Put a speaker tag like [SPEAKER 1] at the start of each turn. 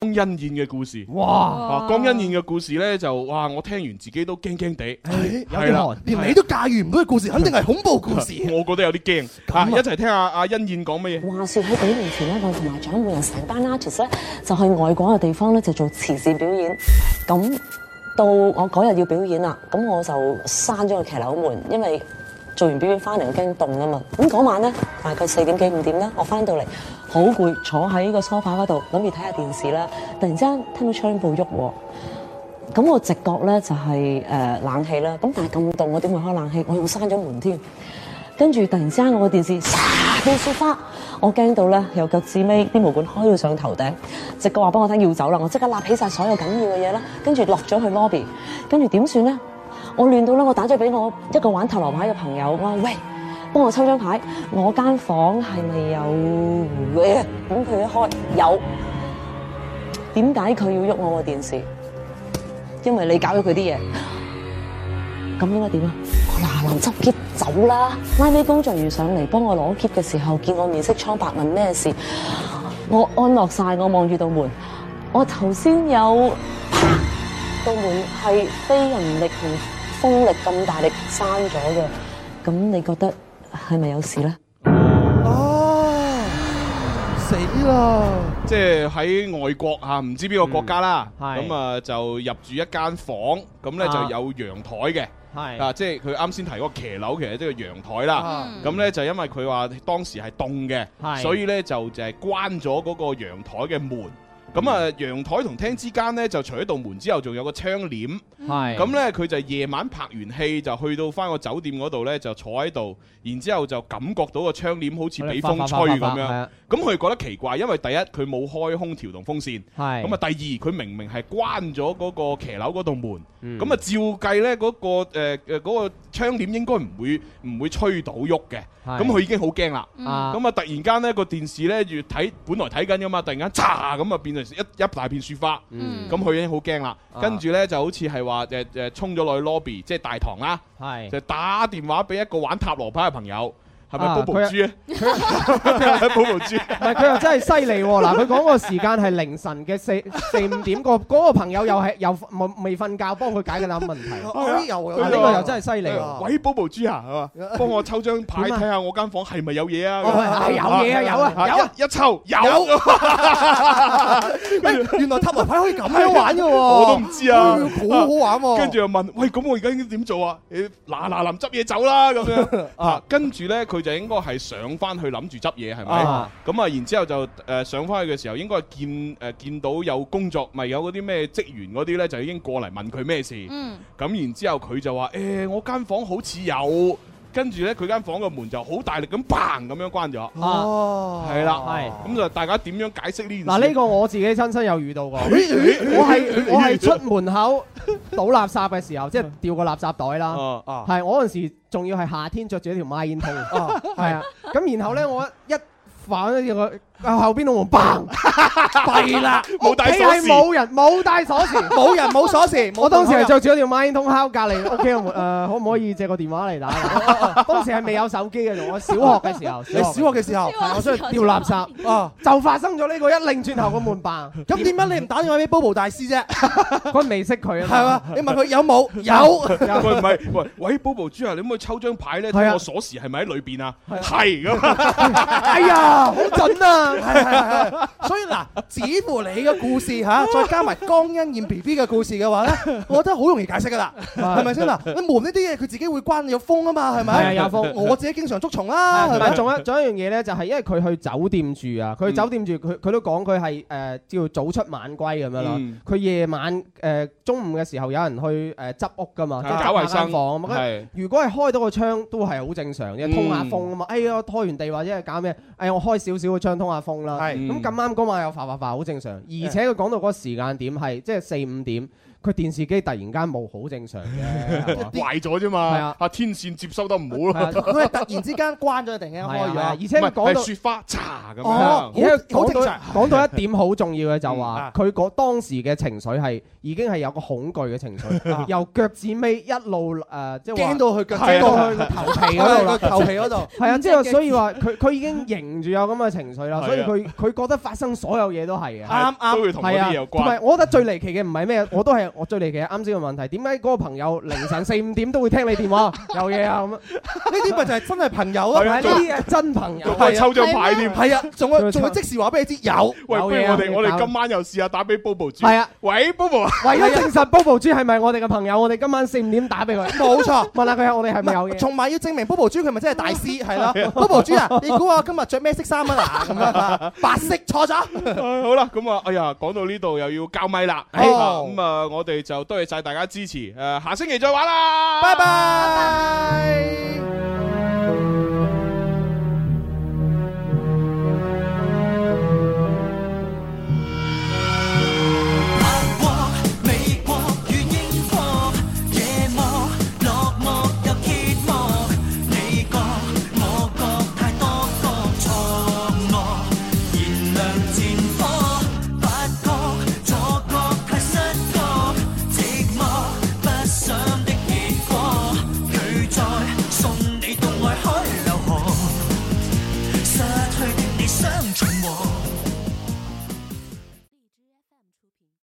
[SPEAKER 1] 江欣燕嘅故事。
[SPEAKER 2] 哇！
[SPEAKER 1] 啊，江欣燕嘅故事呢，就哇，我聽完自己都驚驚地，
[SPEAKER 2] 係有
[SPEAKER 1] 係啦
[SPEAKER 2] 啲寒，連你都駕馭唔到嘅故事，肯定係恐怖故事。
[SPEAKER 1] 我覺得有啲驚。啊，一齊聽下阿欣燕講乜嘢。
[SPEAKER 3] 話説喺幾年前咧，我同埋獎門人成班 artist 咧，就去外國嘅地方咧，就做慈善表演。咁到我嗰日要表演啦，啊咁我就閂咗個騎樓門，因為做完表演翻嚟我驚凍啊嘛。咁嗰晚咧，大概四點幾五點咧，我翻到嚟好攰，坐喺個 sofa 嗰度，諗住睇下電視啦。突然之間聽到窗簾布喐喎。咁我直覺咧就係、呃冷氣啦，咁但係咁凍，我點會開冷氣？我仲閂咗門添。跟住突然之間，我個電視唰變雪花，我驚到咧由腳趾尾啲毛管開到上頭頂，直覺話俾我聽要走啦，我即刻立起晒所有緊要嘅嘢啦，跟住落咗去 lobby，跟住點算咧？我亂到咧，我打咗俾我一個玩塔羅牌嘅朋友，我話喂，幫我抽張牌，我間房係咪有？咁佢一開有，點解佢要喐我個電視？因為你搞咗佢啲嘢，咁應該點啊？我嗱嗱臨執結走啦！拉尾工作員上嚟幫我攞結嘅時候，見我面色蒼白，問咩事？我安樂晒，我望住道門，我頭先有道門係非人力同風力咁大力閂咗嘅，咁你覺得係咪有事咧？
[SPEAKER 2] 哦，死啦！
[SPEAKER 1] 即係喺外國嚇，唔知邊個國家啦，
[SPEAKER 4] 嗯係
[SPEAKER 1] 咁啊就入住一間房，咁呢
[SPEAKER 4] 啊
[SPEAKER 1] 就有陽台嘅，啊即係佢啱先提嗰個騎樓，其實即係個陽台啦。
[SPEAKER 2] 啊
[SPEAKER 1] 咁呢就因為佢話當時係凍嘅，
[SPEAKER 4] 係
[SPEAKER 1] 所以呢就就係關咗嗰個陽台嘅門。咁啊，陽台同廳之間呢，就除咗道門之後，仲有個窗簾。嗯咁
[SPEAKER 4] 係，係，
[SPEAKER 1] 呢，佢就夜晚拍完戲就去到翻個酒店嗰度呢，就坐喺度，然之後就感覺到個窗簾好似俾風吹咁樣。咁佢覺得奇怪，因為第一佢冇開空調同風扇，
[SPEAKER 4] 係，
[SPEAKER 1] 咁啊第二佢明明係關咗嗰個騎樓嗰度門，
[SPEAKER 4] 嗯，
[SPEAKER 1] 咁啊照計呢，嗰個誒誒嗰個窗簾應該唔會唔會吹到喐嘅，
[SPEAKER 4] 係，
[SPEAKER 1] 咁佢已經好驚啦。
[SPEAKER 4] 啊，
[SPEAKER 1] 咁啊突然間呢個電視呢，越睇本來睇緊噶嘛，突然間嚓咁啊變成一一大片雪花，
[SPEAKER 4] 嗯，
[SPEAKER 1] 咁佢已經好驚啦。
[SPEAKER 4] 啊
[SPEAKER 1] 跟住呢就好似係話誒誒衝咗落去 lobby，即係大堂啦，
[SPEAKER 4] 係，
[SPEAKER 1] 就打電話俾一個玩塔羅牌嘅朋友，係咪
[SPEAKER 4] 啊
[SPEAKER 1] Bobo
[SPEAKER 4] 佢啊
[SPEAKER 1] 豬啊 ？Bobo 豬。啊
[SPEAKER 4] 唔係佢又真係犀利喎！嗱，佢講個時間係凌晨嘅四四五點，個嗰個朋友又係又冇未瞓覺，幫佢解決緊問題。
[SPEAKER 2] 哦呢又有
[SPEAKER 1] 佢
[SPEAKER 4] 啊，呢個又真係犀利喎！
[SPEAKER 2] 啊
[SPEAKER 1] 喂，Bobo 豬啊，係嘛 幫我抽張牌
[SPEAKER 4] 點啊
[SPEAKER 1] 睇下我間房係咪有嘢啊？
[SPEAKER 2] 哦
[SPEAKER 1] 咁
[SPEAKER 4] 係有嘢啊，有啊，有啊！
[SPEAKER 1] 一一抽有，
[SPEAKER 2] 有喂原來塔羅牌可以咁樣玩嘅喎，
[SPEAKER 1] 我都唔知啊
[SPEAKER 4] 哦
[SPEAKER 2] 哎好好玩喎。
[SPEAKER 1] 跟住又問，喂，咁我而家應該點做啊？你嗱嗱臨執嘢走啦咁 樣啊！跟住咧，佢就應該係上翻去諗住執嘢，係咪
[SPEAKER 4] 啊？
[SPEAKER 1] 咁啊，然之後就誒上翻去嘅時候，應該係見誒見到有工作，咪有嗰啲咩職員嗰啲咧，就已經過嚟問佢咩事。
[SPEAKER 5] 嗯，
[SPEAKER 1] 咁然之後佢就話：誒，我間房好似有。跟住咧，佢間房個門就好大力咁嘭咁樣關咗。
[SPEAKER 2] 哦，
[SPEAKER 1] 係啦，
[SPEAKER 4] 係
[SPEAKER 1] 咁就大家點樣解釋呢件事？
[SPEAKER 4] 啊嗱，呢個我自己親身有遇到
[SPEAKER 1] 哦
[SPEAKER 4] 過。
[SPEAKER 2] 咦
[SPEAKER 4] 我係我係出門口倒垃圾嘅時候，
[SPEAKER 1] 嗯
[SPEAKER 4] 即係掉個垃圾袋啦。
[SPEAKER 1] 啊
[SPEAKER 2] 啊
[SPEAKER 4] 係我嗰陣時仲要係夏天着住一條孖煙筒，
[SPEAKER 1] 哦
[SPEAKER 2] 啊
[SPEAKER 4] 係啊。咁然後咧，我一反咗個後邊度 bang，
[SPEAKER 2] 弊啦，
[SPEAKER 1] 冇帶鎖
[SPEAKER 4] 係
[SPEAKER 1] 匙，
[SPEAKER 4] 冇人冇帶鎖匙。
[SPEAKER 2] 冇人冇鎖匙，冇
[SPEAKER 4] 我當時係
[SPEAKER 2] 門口
[SPEAKER 4] 着住一條孖煙筒敲隔離屋企嘅門，誒可唔可以借個電話嚟打？當時係未有手機嘅，仲我小學嘅時候，
[SPEAKER 2] 入你小學嘅時候
[SPEAKER 4] 我需要掉垃圾，
[SPEAKER 2] 啊。
[SPEAKER 4] 就發生咗呢個一擰轉頭個門棒，
[SPEAKER 2] 咁點解你唔打電話俾 Bobo 大師啫？
[SPEAKER 4] 佢未識佢
[SPEAKER 2] 係嘛？
[SPEAKER 4] 啊
[SPEAKER 2] 你問佢有冇？有。
[SPEAKER 4] 嘛，
[SPEAKER 1] 喂唔係，喂喂，Bobo 豬啊，你可唔可以抽張牌咧？
[SPEAKER 4] 係啊
[SPEAKER 1] 睇我鎖匙係咪喺裏邊啊？係咁，
[SPEAKER 4] 哎呀，好準啊！
[SPEAKER 2] 係係係，所以嗱，似乎你嘅故事嚇，再加埋江欣燕 B B 嘅故事嘅話咧，我覺得好容易解釋噶啦，係咪先嗱？你門呢啲嘢佢自己會關有風啊嘛，係咪？
[SPEAKER 4] 係啊有風
[SPEAKER 2] 我自己經常捉蟲啦，
[SPEAKER 4] 同
[SPEAKER 2] 係
[SPEAKER 4] 埋
[SPEAKER 2] 咪？
[SPEAKER 4] 仲有仲有一樣嘢咧，就係因為佢去酒店住啊，佢去酒店住，佢佢都講佢係誒叫早出晚歸咁樣啦
[SPEAKER 1] 嗯。
[SPEAKER 4] 佢夜晚誒中午嘅時候有人去誒執屋噶嘛，即係
[SPEAKER 1] 搞衞
[SPEAKER 4] 執下間
[SPEAKER 1] 生
[SPEAKER 4] 房咁啊。
[SPEAKER 1] 係
[SPEAKER 4] 如果係開到個窗都係好正常嘅，
[SPEAKER 1] 嗯
[SPEAKER 4] 通下風啊嘛。哎呀，我拖完地或者係搞咩？哎，我開少少個窗通下風啦。
[SPEAKER 2] 係嗯
[SPEAKER 4] 咁咁啱嗰晚又發發發，好正常。而且佢講到嗰個時間點係即係四五點，佢電視機突然間冇，好正常 嘅。係嘛
[SPEAKER 1] 壞咗啫
[SPEAKER 4] 係
[SPEAKER 1] 嘛
[SPEAKER 4] 啊，
[SPEAKER 1] 啊天線接收得唔好咯，
[SPEAKER 4] 係啊
[SPEAKER 2] 佢係突然之間關咗，突然間開
[SPEAKER 4] 係啊，而
[SPEAKER 2] 咗。
[SPEAKER 4] 且
[SPEAKER 1] 唔係
[SPEAKER 4] 佢講到
[SPEAKER 1] 係。雪花茶咁
[SPEAKER 2] 哦
[SPEAKER 1] 樣。
[SPEAKER 4] 而且
[SPEAKER 2] 好好
[SPEAKER 4] 講
[SPEAKER 2] 正
[SPEAKER 4] 到
[SPEAKER 2] 常
[SPEAKER 4] 講到一點好重要嘅就
[SPEAKER 2] 嗯
[SPEAKER 4] 話
[SPEAKER 2] 啊，
[SPEAKER 4] 佢嗰當時嘅情緒係已經係有個恐懼嘅情
[SPEAKER 2] 啊
[SPEAKER 4] 緒，由腳趾尾一路誒，即係話
[SPEAKER 2] 驚到佢腳
[SPEAKER 1] 係
[SPEAKER 2] 趾
[SPEAKER 1] 啊
[SPEAKER 2] 到
[SPEAKER 4] 到
[SPEAKER 2] 佢
[SPEAKER 4] 去個頭皮嗰度 啦
[SPEAKER 2] 個。頭皮嗰度，
[SPEAKER 4] 係啊，
[SPEAKER 5] 唔
[SPEAKER 4] 即係
[SPEAKER 5] 知
[SPEAKER 4] 所以話佢佢已經迎住有咁嘅情緒啦，
[SPEAKER 1] 係
[SPEAKER 4] 所以佢佢覺得發生所有嘢都係嘅。
[SPEAKER 1] 係
[SPEAKER 2] 啱啱
[SPEAKER 1] 都 會同嗰
[SPEAKER 4] 係啊
[SPEAKER 1] 啲有，
[SPEAKER 4] 同埋
[SPEAKER 1] 關。
[SPEAKER 4] 我覺得最離奇嘅唔係咩， 我都係我最離奇嘅啱先嘅問題，點解嗰個朋友凌 晨四五點都會聽你電話 有嘢啊咁啊？
[SPEAKER 2] 啲咪就係真係朋友咯
[SPEAKER 1] 係，啊
[SPEAKER 4] 呢啲係真朋友
[SPEAKER 1] 仲，可以抽張牌添。
[SPEAKER 2] 係啊，仲會仲會即時話俾你知有。
[SPEAKER 1] 喂，不如
[SPEAKER 4] 有嘢啊
[SPEAKER 1] 我哋
[SPEAKER 4] 要
[SPEAKER 1] 我哋
[SPEAKER 4] 搞
[SPEAKER 1] 今晚又試下打俾 Bobo 豬。
[SPEAKER 4] 係啊，
[SPEAKER 1] 喂，Bobo 啊，
[SPEAKER 4] 為咗證實 Bobo 豬係咪我哋嘅朋友，我哋今晚四五點打俾 佢，
[SPEAKER 2] 冇錯，
[SPEAKER 4] 問下佢啊我哋係咪有
[SPEAKER 2] 唔
[SPEAKER 4] 嘢。
[SPEAKER 2] 同埋要證明 Bobo 豬佢咪真係大師係啦。Bobo 豬啊，你估我今日着咩色衫啊嗱？咁樣啊白色錯咗。
[SPEAKER 1] 唉好啦，咁啊，哎呀，講到呢度又要交咪啦。啊
[SPEAKER 2] 係
[SPEAKER 1] 咁啊，我哋就多謝晒大家支持。誒，下星期再玩啦，
[SPEAKER 2] 拜。拜。
[SPEAKER 5] 法國、美國與英國，夜幕落幕又揭幕，你覺我覺太多個錯愕，燃亮前方，發覺錯覺太失覺，寂寞不想的結果，佢再送你到外海流河，失去的你想重和。